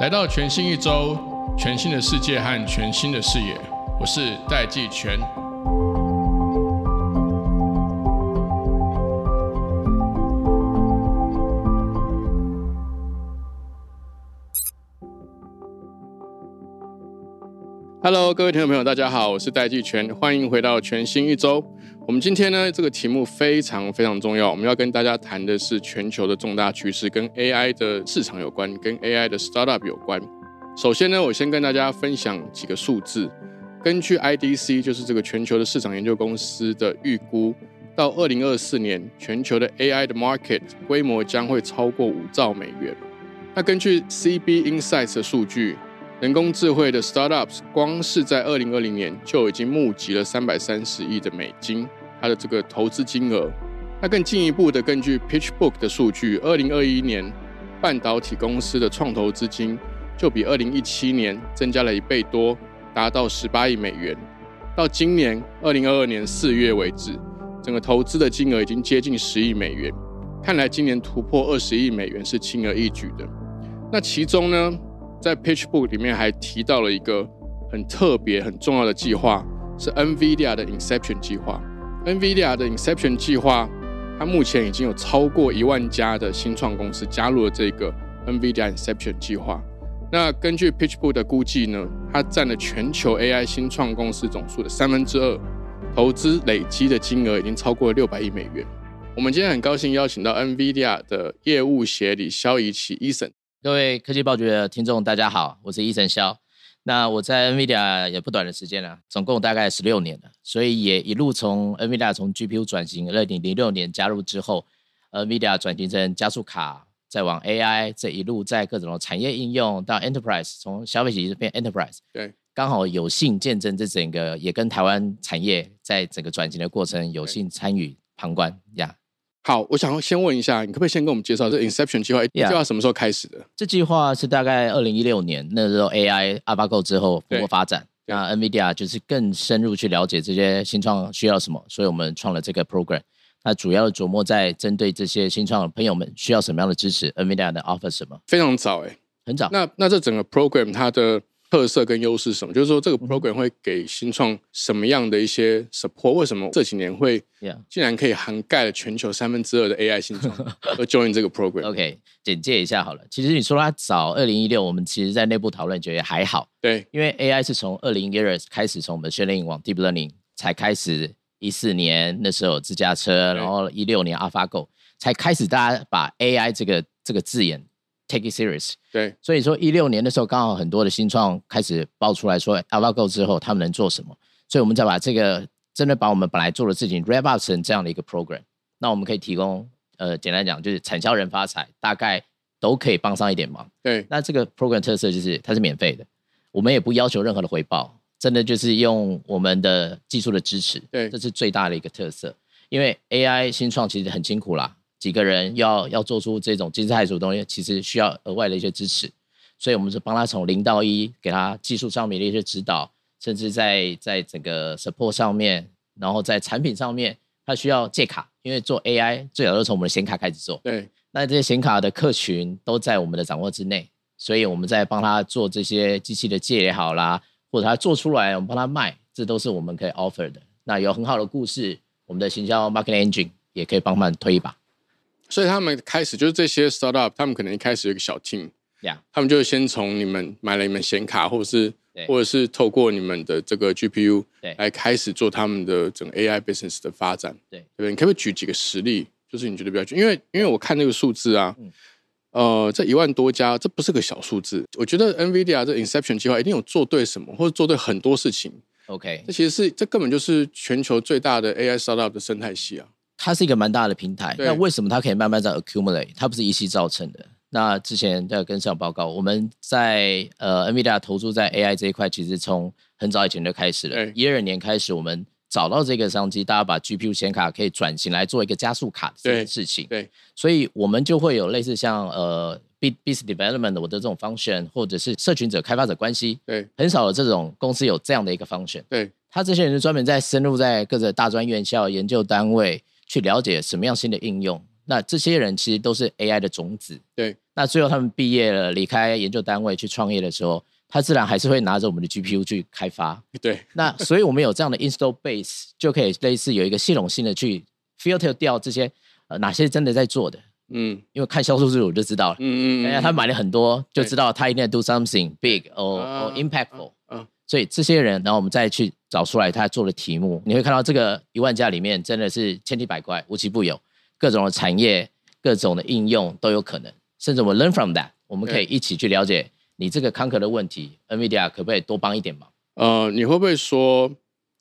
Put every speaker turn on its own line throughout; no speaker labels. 来到全新一周，全新的世界和全新的视野，我是戴季全。Hello，各位听众朋友，大家好，我是戴季全，欢迎回到全新一周。我们今天呢，这个题目非常非常重要，我们要跟大家谈的是全球的重大趋势，跟 AI 的市场有关，跟 AI 的 startup 有关。首先呢，我先跟大家分享几个数字。根据 IDC，就是这个全球的市场研究公司的预估，到二零二四年，全球的 AI 的 market 规模将会超过五兆美元。那根据 CB Insights 的数据，人工智慧的 startups 光是在二零二零年就已经募集了三百三十亿的美金，它的这个投资金额。那更进一步的，根据 PitchBook 的数据，二零二一年半导体公司的创投资金就比二零一七年增加了一倍多，达到十八亿美元。到今年二零二二年四月为止，整个投资的金额已经接近十亿美元。看来今年突破二十亿美元是轻而易举的。那其中呢，在 PitchBook 里面还提到了一个很特别、很重要的计划，是 NVIDIA 的 Inception 计划。NVIDIA 的 Inception 计划，它目前已经有超过一万家的新创公司加入了这个 NVIDIA Inception 计划。那根据 PitchBook 的估计呢，它占了全球 AI 新创公司总数的三分之二，投资累积的金额已经超过六百亿美元。我们今天很高兴邀请到 NVIDIA 的业务协理肖怡奇 Eason。
各位科技报局的听众，大家好，我是医生肖。那我在 NVIDIA 也不短的时间了，总共大概十六年了，所以也一路从 NVIDIA 从 GPU 转型，二零零六年加入之后，NVIDIA 转型成加速卡，再往 AI，这一路在各种产业应用到 Enterprise，从消费级变 Enterprise，
对，
刚好有幸见证这整个，也跟台湾产业在整个转型的过程有幸参与旁观呀。
好，我想要先问一下，你可不可以先跟我们介绍这 Inception 计划？哎计
Yeah
划什么时候开始的？
这计划是大概二零一六年那时候 AI AlphaGo 之后蓬
对
勃发展，
对
那 NVIDIA 就是更深入去了解这些新创需要什么，所以我们创了这个 program。那主要琢磨在针对这些新创的朋友们需要什么样的支持，NVIDIA 能 offer 什么？
非常早哎、
很早，
那那这整个 program 它的特色跟优势是什么？就是说这个 program 会给新创什么样的一些 support？为什么这几年会
Yeah
竟然可以涵盖了全球三分之二的 AI 新创而 join 这个 program？
OK，简介一下好了。其实你说它早，二零一六我们其实在内部讨论觉得还好，
对
因为 AI 是从二零一二开始，从我们训练营往 deep learning 才开始，一四年那时候有自驾车，
对
然后一六年 AlphaGo 才开始大家把 AI 这个这个字眼 take it serious。
对
所以说一六年的时候，刚好很多的新创开始爆出来说 AlphaGo 之后他们能做什么，所以我们再把这个真的把我们本来做的事情 wrap up 成这样的一个 program，那我们可以提供呃简单讲就是产销人发财，大概都可以帮上一点忙。
对
那这个 program 特色就是它是免费的，我们也不要求任何的回报，真的就是用我们的技术的支持，
对
这是最大的一个特色。因为 AI 新创其实很辛苦啦，几个人要要做出这种金字塔型的东西，其实需要额外的一些支持，所以我们是帮他从零到一，给他技术上面的一些指导，甚至在在整个 support 上面，然后在产品上面，他需要借卡，因为做 AI 最好都是从我们的显卡开始做，
对
那这些显卡的客群都在我们的掌握之内，所以我们在帮他做这些机器的借也好啦，或者他做出来，我们帮他卖，这都是我们可以 offer 的。那有很好的故事，我们的行销 marketing engine 也可以帮忙推一把。
所以他们开始就是这些 startup，他们可能一开始有一个小 team，
Yeah
他们就先从你们买了你们显卡，或者是
对
或者是透过你们的这个 GPU
对
来开始做他们的整个 AI business 的发展，
对
对不对？你可不可以举几个实例？就是你觉得比较具，因为因为我看那个数字啊，
嗯
呃，这一万多家，这不是个小数字。我觉得 NVIDIA 这 Inception 计划一定有做对什么，或者做对很多事情。
OK，
这其实是这根本就是全球最大的 AI startup 的生态系啊。
它是一个蛮大的平台。
对
那为什么它可以慢慢在 accumulate？它不是一夕造成的。那之前在跟市场报告，我们在呃 NVIDIA 投注在 AI 这一块，其实从很早以前就开始了
对。
一二年开始，我们找到这个商机，大家把 GPU 显卡可以转型来做一个加速卡这
对
件事情。
对，
所以我们就会有类似像呃 B B s development 我的这种 function，或者是社群者开发者关系，
对
很少有这种公司有这样的一个 function。
对，
他这些人是专门在深入在各个大专院校、研究单位去了解什么样新的应用。那这些人其实都是 AI 的种子。
对，
那最后他们毕业了，离开研究单位去创业的时候，他自然还是会拿着我们的 GPU 去开发。
对，
那所以我们有这样的 install base，就 可以类似有一个系统性的去 filter 掉这些呃哪些真的在做的，
嗯
因为看销售记录我就知道了。
嗯嗯，
哎
嗯
呀，他买了很多，就
对
知道他一定要 do something big or,
啊
or impactful。
啊
所以这些人，然后我们再去找出来他做的题目，你会看到这个一万家里面真的是千奇百怪，无奇不有，各种的产业、各种的应用都有可能。甚至我们 learn from that，我们可以一起去了解你这个康壳的问题，NVIDIA 可不可以多帮一点忙？
呃，你会不会说，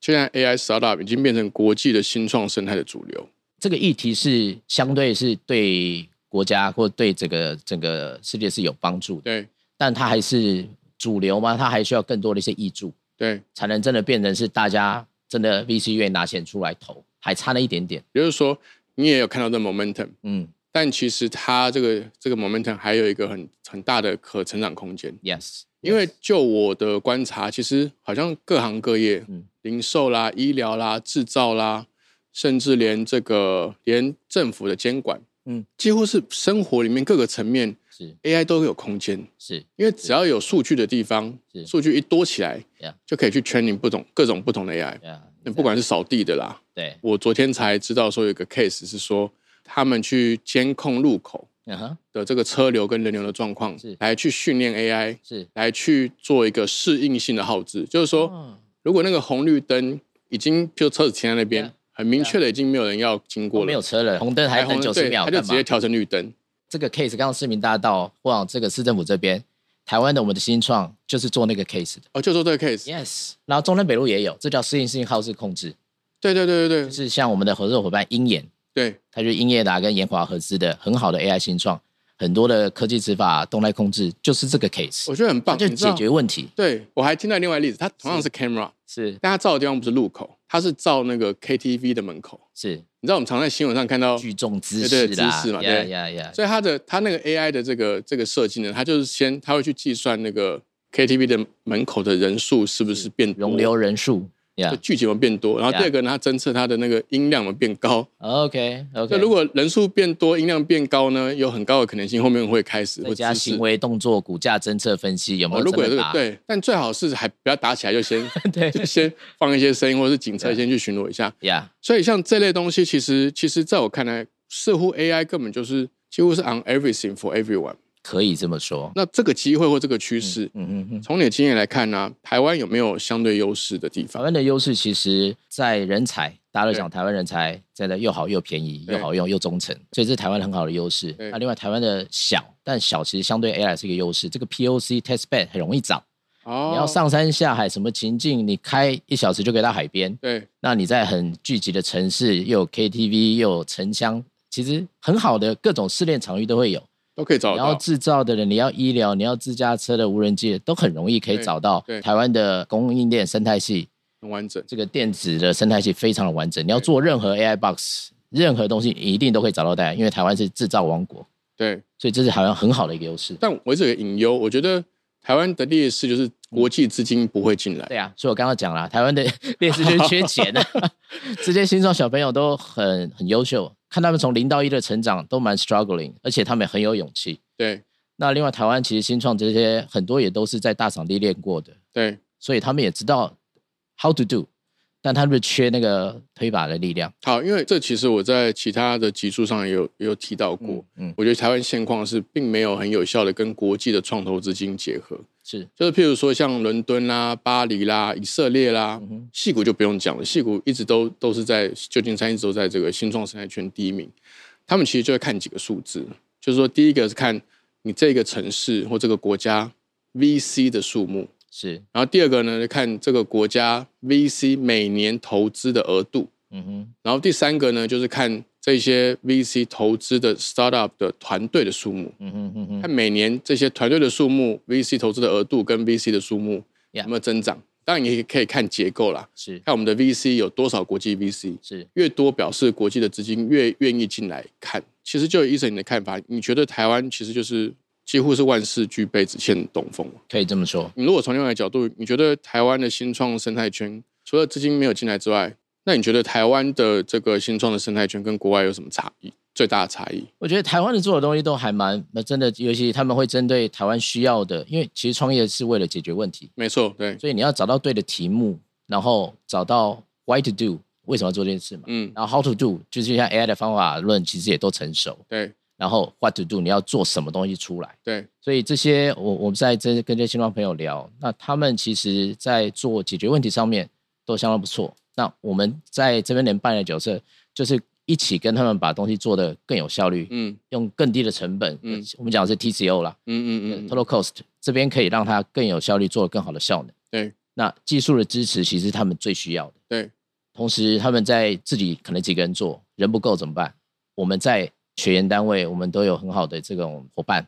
现在 AI startup 已经变成国际的新创生态的主流？
这个议题是相对是对国家或对整个整个世界是有帮助的，
对
但它还是主流吗？它还需要更多的一些益助。
对，
才能真的变成是大家真的 VC 愿意拿钱出来投，还差了一点点。
也就是说，你也有看到这 momentum，
嗯
但其实它这个这个 momentum 还有一个很很大的可成长空间。
，Yes，
因为就我的观察，其实好像各行各业，
嗯
零售啦、医疗啦、制造啦，甚至连这个连政府的监管，
嗯，
几乎是生活里面各个层面
是
AI 都有空间。
是
因为只要有数据的地方
是，
数据一多起来
Yeah
就可以去 training 不同各种不同的 AI。
，Yeah，
那不管是扫地的啦，
啊对，
我昨天才知道说有一个 case 是说，他们去监控路口
嗯哼，
的这个车流跟人流的状况
是，
来去训练 AI，
是
来去做一个适应性的耗资。就是说，
哦，
如果那个红绿灯已经就车子停在那边
Yeah，
很明确的已经没有人要经过
我哦没有
了，
车了，红灯还
还
要等
红
九
灯对，
十秒
他就
干
直
嘛
接？调成绿灯。
这个 case 刚刚市民大道或这个市政府这边，台湾的我们的新创就是做那个 case 的
哦，就说这个 case，
，Yes，然后中南北路也有，这叫适应性耗资控制，
对对对对
就
对
是像我们的合作伙伴鹰眼，
对，
它就是英业达跟研华合资的很好的 AI 新创，很多的科技执法、动态控制就是这个 case，
我觉得很棒，
就
你知道
解决问题
对，我还听到另外一个例子，它同样是 camera，
是
但它照的地方不是路口，它是照那个 KTV 的门口。
是
你知道我们常在新闻上看到，
聚众滋
哦对
事
对
啦，
滋事嘛
呀
对
呀呀，
所以它的它那个 AI 的这个这个设计呢，它就是先它会去计算那个 KTV 的门口的人数是不是变多
容留啊人数呀
就聚集有没有变多，然后
Yeah
第二个呢，它侦测它的那个音量有没有变高。
，OK OK，
那如果人数变多，音量变高呢，有很高的可能性后面会开始
再
会
加
滋事
行。为动作、股价侦测分析有没
哦，
有
如果有这
真的
个
打？
对，但最好是还不要打起来，就先
对啊
就先放一些声音，或者是警车
Yeah
先去巡逻一下。
呀，
所以像这类东西，其实其实在我看来，似乎 AI 根本就是几乎是 on everything for everyone。
可以这么说，
那这个机会或这个趋势，
嗯嗯嗯。
从你的经验来看呢、台湾有没有相对优势的地
台
方？
湾的优势其实在人才，大家都
对
讲台湾人才真的又好又便宜，
对
又好用又忠诚，所以这是台湾很好的优势。
对
那另外台湾的小，但小其实相对 AI 是一个优势，这个 POC test bed 很容易找，
哦
你要上山下海什么情境，你开一小时就可以到海边，
对
那你在很聚集的城市，又有 KTV，又有城乡，其实很好的各种试炼场域都会有。
都可以找得
然后
到。
制造的人，你要医疗，你要自驾车的、无人机的，都很容易可以
对
找到
对
台湾的供应链生态系。
很完整，
这个电子的生态系非常的完整，你要做任何 AI box，任何东西一定都可以找到台湾，因为台湾是制造王国，
对。
所以这是台湾很好的一个优势。
但我一直有个隐忧，我觉得台湾的劣势就是国际资金不会进来。
对啊，所以我刚刚讲了，台湾的电视就是缺钱啊，这些新创小朋友都很很优秀，看他们从零到一的成长都蛮 struggling，而且他们很有勇气。
对
那另外，台湾其实新创这些很多也都是在大厂历练过的，
对
所以他们也知道 how to do，但他们缺那个推把的力量。
好，因为这其实我在其他的集数上也有也有提到过。
嗯，
我觉得台湾现况是并没有很有效的跟国际的创投资金结合，
是，
就是譬如说像伦敦啦、巴黎啦、以色列啦
嗯，哼，
戏谷就不用讲了，戏谷一直都都是在旧金山一直都在这个新创生态圈第一名。他们其实就会看几个数字，就是说第一个是看你这个城市或这个国家 VC 的数目，
是，
然后第二个呢就看这个国家 VC 每年投资的额度，
嗯哼，
然后第三个呢就是看这些 VC 投资的 startup 的团队的数目。
嗯哼，嗯哼，
看每年这些团队的数目、VC 投资的额度跟 VC 的数目
Yeah
有没有增长。当然，你也可以看结构啦，
是，
看我们的 VC 有多少国际 VC，
是，
越多表示国际的资金越愿意进来看。其实就医生你的看法，你觉得台湾其实就是几乎是万事俱备，只欠东风吗
可以这么说。
你如果从另外一个角度，你觉得台湾的新创生态圈除了资金没有进来之外，那你觉得台湾的这个新创的生态圈跟国外有什么差异？最大的差异？
我觉得台湾的做的东西都还蛮，那真的，尤其他们会针对台湾需要的，因为其实创业是为了解决问题，
没错，对，
所以你要找到对的题目，然后找到 why to do，为什么要做这件事嘛，
嗯，
然后 how to do，就是像 AI 的方法论，其实也都成熟，
对
然后 what to do，你要做什么东西出来。
对，
所以这些我我们在这跟这些新创朋友聊，那他们其实在做解决问题上面都相当不错。那我们在这边连办的角色，就是一起跟他们把东西做得更有效率，
嗯
用更低的成本。
嗯
我们讲的是 TCO 啦、
嗯嗯嗯
t o
嗯，
t a l cost 这边可以让它更有效率，做得更好的效能。
对，
那技术的支持其实是他们最需要的。
对，
同时他们在自己可能几个人做，人不够怎么办？我们在学研单位，我们都有很好的这种伙伴，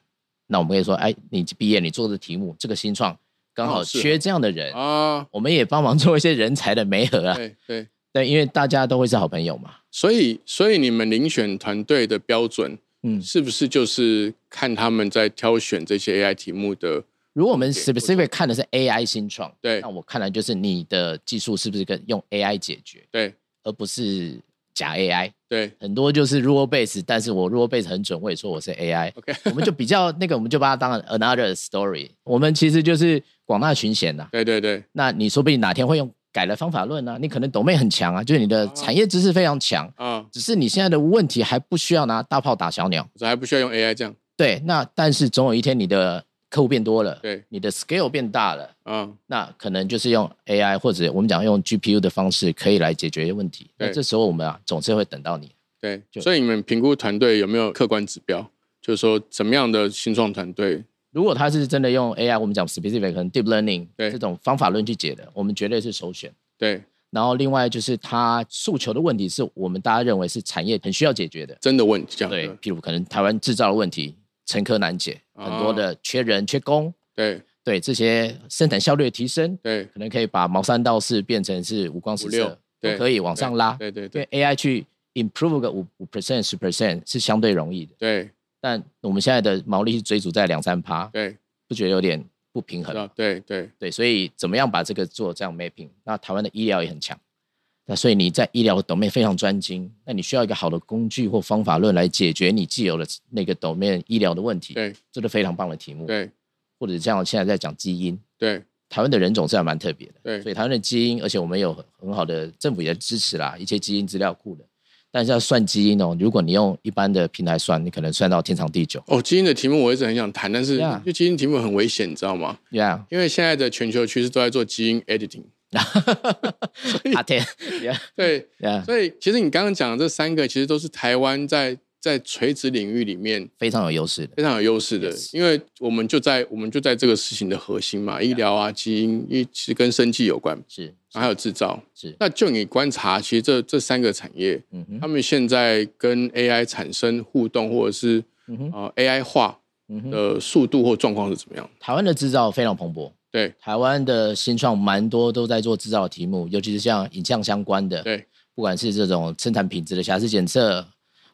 那我们可以说，哎，你毕业你做的题目，这个新创刚
刚好
好
哦是
缺这样的人，
啊，
我们也帮忙做一些人才的媒合啊。
对对，
对，因为大家都会是好朋友嘛。
所以所以你们遴选团队的标准
嗯，
是不是就是看他们在挑选这些 AI 题目的？
如果我们
对我
specific 看的是 AI 新创，
对
那我看来就是你的技术是不是跟用 AI 解决，
对
而不是假 AI。
对
很多就是 rule base，但是我 rule base 很准，我也说我是 AI，
，OK，
我们就比较那个，我们就把它当 another story。我们其实就是广大群贤呐、
对对对，
那你说不定哪天会用改了方法论啊呢、你可能懂妹很强啊，就是你
哦
的产业知识非常强，
啊，
只是你现在的问题还不需要拿大炮打小鸟。
这还不需要用 AI 这样
对，那但是总有一天你的客户变多了，
对，
你的 scale 变大了。
啊，
那可能就是用 AI 或者我们讲用 GPU 的方式可以来解决问题。那
对
这时候我们啊，总是会等到你。
对，
就
所以你们评估团队有没有客观指标？就是说，怎么样的新创团队？
如果他是真的用 AI，我们讲 specific 可能 deep learning
对
这种方法论去解的，我们绝对是首选。
对，
然后另外就是他诉求的问题是我们大家认为是产业很需要解决的，
真的问这样
对，
的，
譬如可能台湾制造的问题，乘客难解，
啊
很多的缺人缺工，
对
对这些生产效率的提升，
对
可能可以把毛三到四变成是五光十
五六
色，
对
都可以往上拉，
对对
因
对
为 AI 去 improve 个五五 percent 十 percent 是相对容易的，
对
但我们现在的毛利是追逐在两三趴，
对，
不觉得有点不平衡
知
吗？
道对对
对，所以怎么样把这个做这样 mapping？那台湾的医疗也很强，那所以你在医疗的 domain 非常专精，那你需要一个好的工具或方法论来解决你既有的那个 domain 医疗的问题，
对
这是非常棒的题目。
对
或者像现在在讲基因，
对
台湾的人种是还蛮特别的，所
对
以台湾的基因，而且我们有很好的政府也支持啦，一些基因资料库的。但是要算基因哦，如果你用一般的平台算，你可能算到天长地久。
哦，基因的题目我一直很想谈，但是
Yeah
就基因题目很危险，你知道吗？
Yeah，
因为现在的全球趋势都在做基因 editing。
阿啊天，Yeah
对，
Yeah，
所以其实你刚刚讲的这三个，其实都是台湾在在垂直领域里面
非常有优势的。
非常有优势的
Yes
因为我们就在我们就在这个事情的核心嘛，医疗啊、基因，因为其实跟生计有关，
是
然后还有制造。
是，
那就你观察，其实这这三个产业，
嗯哼
他，们现在跟 AI 产生互动，或者是
嗯哼，
呃 AI 化
嗯哼。
的速度或状况是怎么样？
台湾的制造非常蓬勃，
对
台湾的新创蛮多都在做制造的题目，尤其是像影像相关的，
对
不管是这种生产品质的瑕疵检测，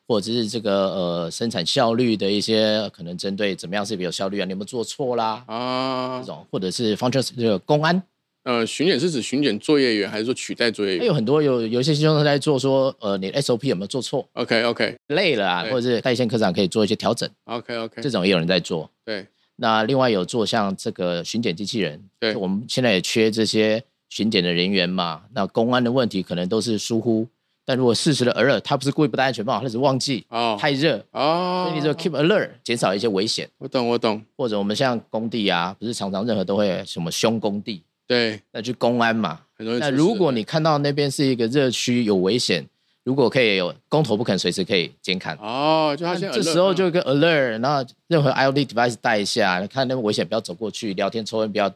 或者是这个呃生产效率的一些可能针对怎么样是比较有效率啊，你有没有做错啦、
啊
这，种，或者是 function 这个公安，
呃，巡检是指巡检作业员，还是说取代作业
还
员
有很多有有一些新创在做说，呃，你的 SOP 有没有做错，
？OK OK
累了啊，
对
或者是在线科长可以做一些调整，
OK OK，
这种也有人在做。
对
那另外有做像这个巡检机器人，
对
我们现在也缺这些巡检的人员嘛。那公安的问题可能都是疏忽，但如果适时的 alert，他不是故意不戴安全帽，他只是忘记、
哦
太热，
哦，
所以你就 keep alert，减少一些危险。
我懂我懂，
或者我们像工地啊，不是常常任何都会有什么凶工地，
对，
那去公安嘛。
很容易出
那
事。
如果你看到那边是一个热区有危险，如果可以有工头不肯随时可以监看，
哦，就他
那
现在
这时候就有个 alert，那任何 IoT device 带一下，看那个危险不要走过去，聊天抽烟不要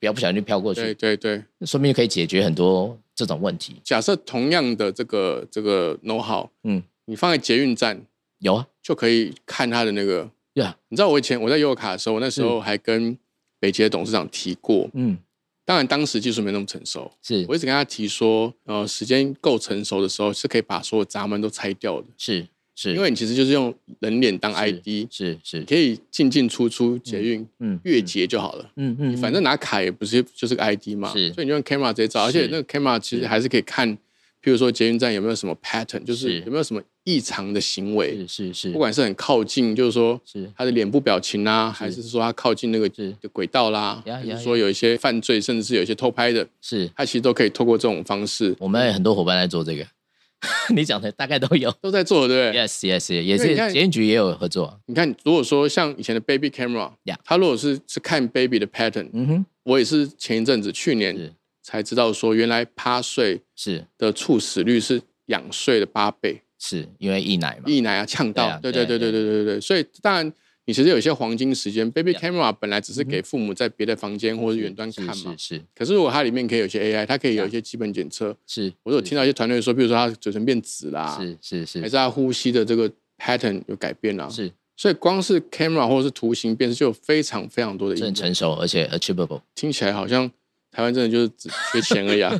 不要不小心就飘过
对
去，
对对，
那说明可以解决很多这种问题。
假设同样的这个这个 know how，
嗯，
你放在捷运站
有啊，
就可以看他的那个。
对啊，
你知道我以前我在优卡的时候，我那时候还跟北捷董事长提过，
嗯，
当然当时技术没那么成熟，
是
我一直跟他提说，呃，时间够成熟的时候是可以把所有闸门都拆掉的，
是是，
因为你其实就是用人脸当
是
ID，你
是是，
可以进进出出捷运、
嗯
越捷就好了。
嗯嗯，嗯
反正拿卡也不是就是个 ID 嘛，
是
所以你就用 camera 直接照，而且
是
那个 camera 其实
是
还是可以看，譬譬如说捷运站有没有什么 pattern，就是
是
有没有什么异常的行为，
嗯是是是
不管是很靠近，就是说
是
他的脸部表情啦，还是说他靠近那个
是
的轨道啦，
呀
还
呀
是
呀
说有一些犯罪，甚至是有一些偷拍的，
是，
他其实都可以透过这种方式
我们有很多伙伴在做这个， 你讲的大概都有。
都在做，对不对？
Yes Yes，也
因为
是
你看
检验局也有合作。
你看，如果说像以前的 baby camera，
呀
他如果是是看 baby 的 pattern，
嗯哼，
我也是前一阵子去年
是
才知道说，原来趴睡
是
的猝死率是仰睡的八倍，
是，因为溢奶嘛。
一奶啊呛
对
到，
啊
对对
对啊
对对对
对
对对对，所以当然。你其实有一些黄金时间，baby camera 本来只是
嗯哼
给父母在别的房间或者
是
远端看
是
嘛
是，是
可是如果它里面可以有一些 AI，它可以有一
Yeah
些基本检测。
是，
我有听到一些团队说，比如说他嘴唇变紫啦，
是是
还
是
是他呼吸的这个 pattern 有改变啦。
是
所以光是 camera 或者是图形辨识就有非常非常多的
是
应用。
很成熟，而且 achievable，
听起来好像台湾真的就是只缺钱而已 啊，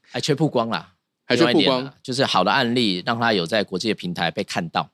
还缺曝光啦。
还缺
另外一
曝
点啊
光
啦，就是好的案例，让它有在国际的平台被看到。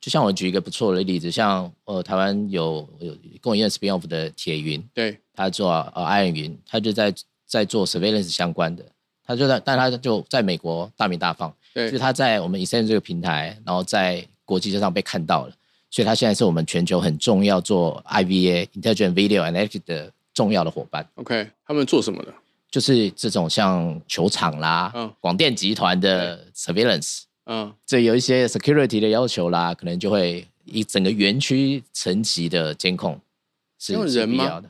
就像我举一个不错的例子，像呃台湾有有供应链 spin off 的铁云，
对，
他做呃 Iron 云，他就在在做 surveillance 相关的，他就在，但他就在美国大名大放，
对
所以他在我们 Esen 这个平台，然后在国际上被看到了，所以他现在是我们全球很重要做 IVA Intelligent Video Analytics 的重要的伙伴，
，OK，他们做什么的？
就是这种像球场啦、
嗯
广电集团的 surveillance，
嗯，
这有一些 security 的要求啦，可能就会一整个园区层级的监控是
用
是
人
必
吗
要的。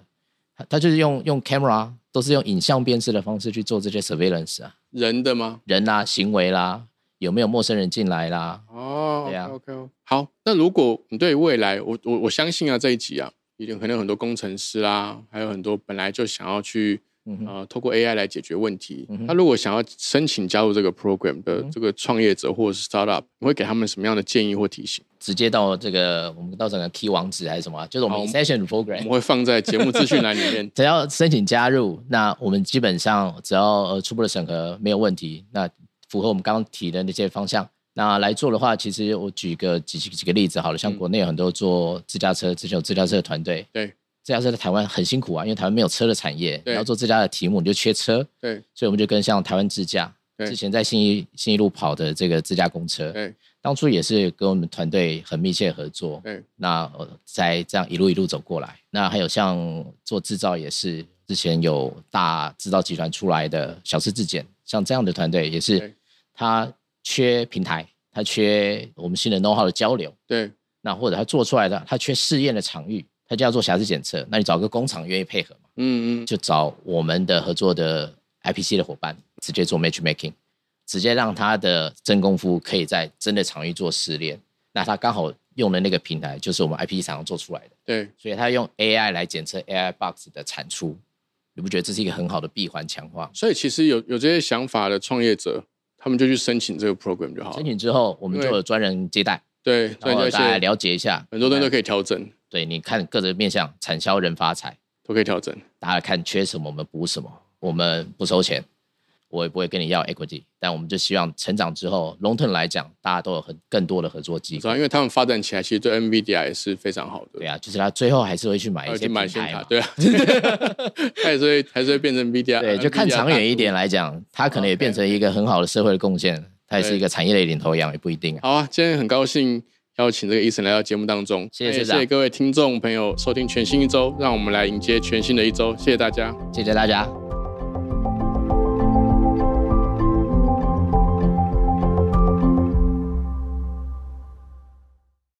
他他就是用用 camera，都是用影像辨识的方式去做这些 surveillance 啊，
人的吗？
人啦、行为啦，有没有陌生人进来啦，
哦
对啊
，OK OK，好，那如果你对未来，我我我相信啊这一集啊，一定可能有很多工程师啦，还有很多本来就想要去
嗯哼
呃透过 AI 来解决问题，
嗯哼
那如果想要申请加入这个 program 的
嗯哼
这个创业者或者是 startup，你会给他们什么样的建议或提醒？
直接到这个我们到整个 key 网址还是什么啊、就是我们
好我
session program。
们。会放在节目资讯栏里面
只要申请加入，那我们基本上只要呃初步的审核没有问题，那符合我们刚刚提的那些方向，那来做的话，其实我举个几几个例子好了，像
嗯
国内有很多做自驾车，之前有自驾车的团队，
对，
自驾车在台湾很辛苦啊，因为台湾没有车的产业，
对
你要做自驾的题目你就缺车，
对
所以我们就跟像台湾自驾，
对
之前在信义信义路跑的这个自驾公车，
对
当初也是跟我们团队很密切合作，
对，
那呃才这样一路一路走过来。那还有像做制造也是，之前有大制造集团出来的小吃质检，像这样的团队也
对
是，他缺平台，他缺我们新人 know how 的交流，
对
那或者他做出来的，他缺试验的场域，他就要做瑕疵检测，那你找个工厂愿意配合嘛？
嗯嗯，
就找我们的合作的 IPC 的伙伴，直接做 matchmaking，直接让他的真功夫可以在真的场域做试炼。那他刚好用的那个平台就是我们 IPC 厂商做出来的，
对
所以他用 AI 来检测 AI box 的产出，你不觉得这是一个很好的闭环强化？
所以其实有有这些想法的创业者，他们就去申请这个 program 就好
申
了。
请之后，我们
对
就有专人接待，
对，所
然
以
后
而
大家
且
了解一下
很多东西都可以调整，
对，你看各个面向，产销人发财，
都可以调整。
大家看缺什么，我们补什么，我们不收钱，我也不会跟你要 equity，但我们就希望成长之后，long term 来讲，大家都有很更多的合作机
你知道，
会。
因为他们发展起来，其实对 NVIDIA 也是非常好的。呃
对啊，就是他最后还是会去买
还有
一
去
些
买
平
显
台
卡，
嘛。
对啊， 他也是会还是会变成 NVIDIA，
对，就看长远一点。来讲，他
哦
可能也变成一个很好的社会的贡献，他也是一个产业类领头羊，也不一定啊。
好啊，今天很高兴邀请这个医生来到节目当中，
谢谢
那也
社
谢
长
谢各位听众朋友收听全新一周，让我们来迎接全新的一周，谢谢大家。
谢谢大家，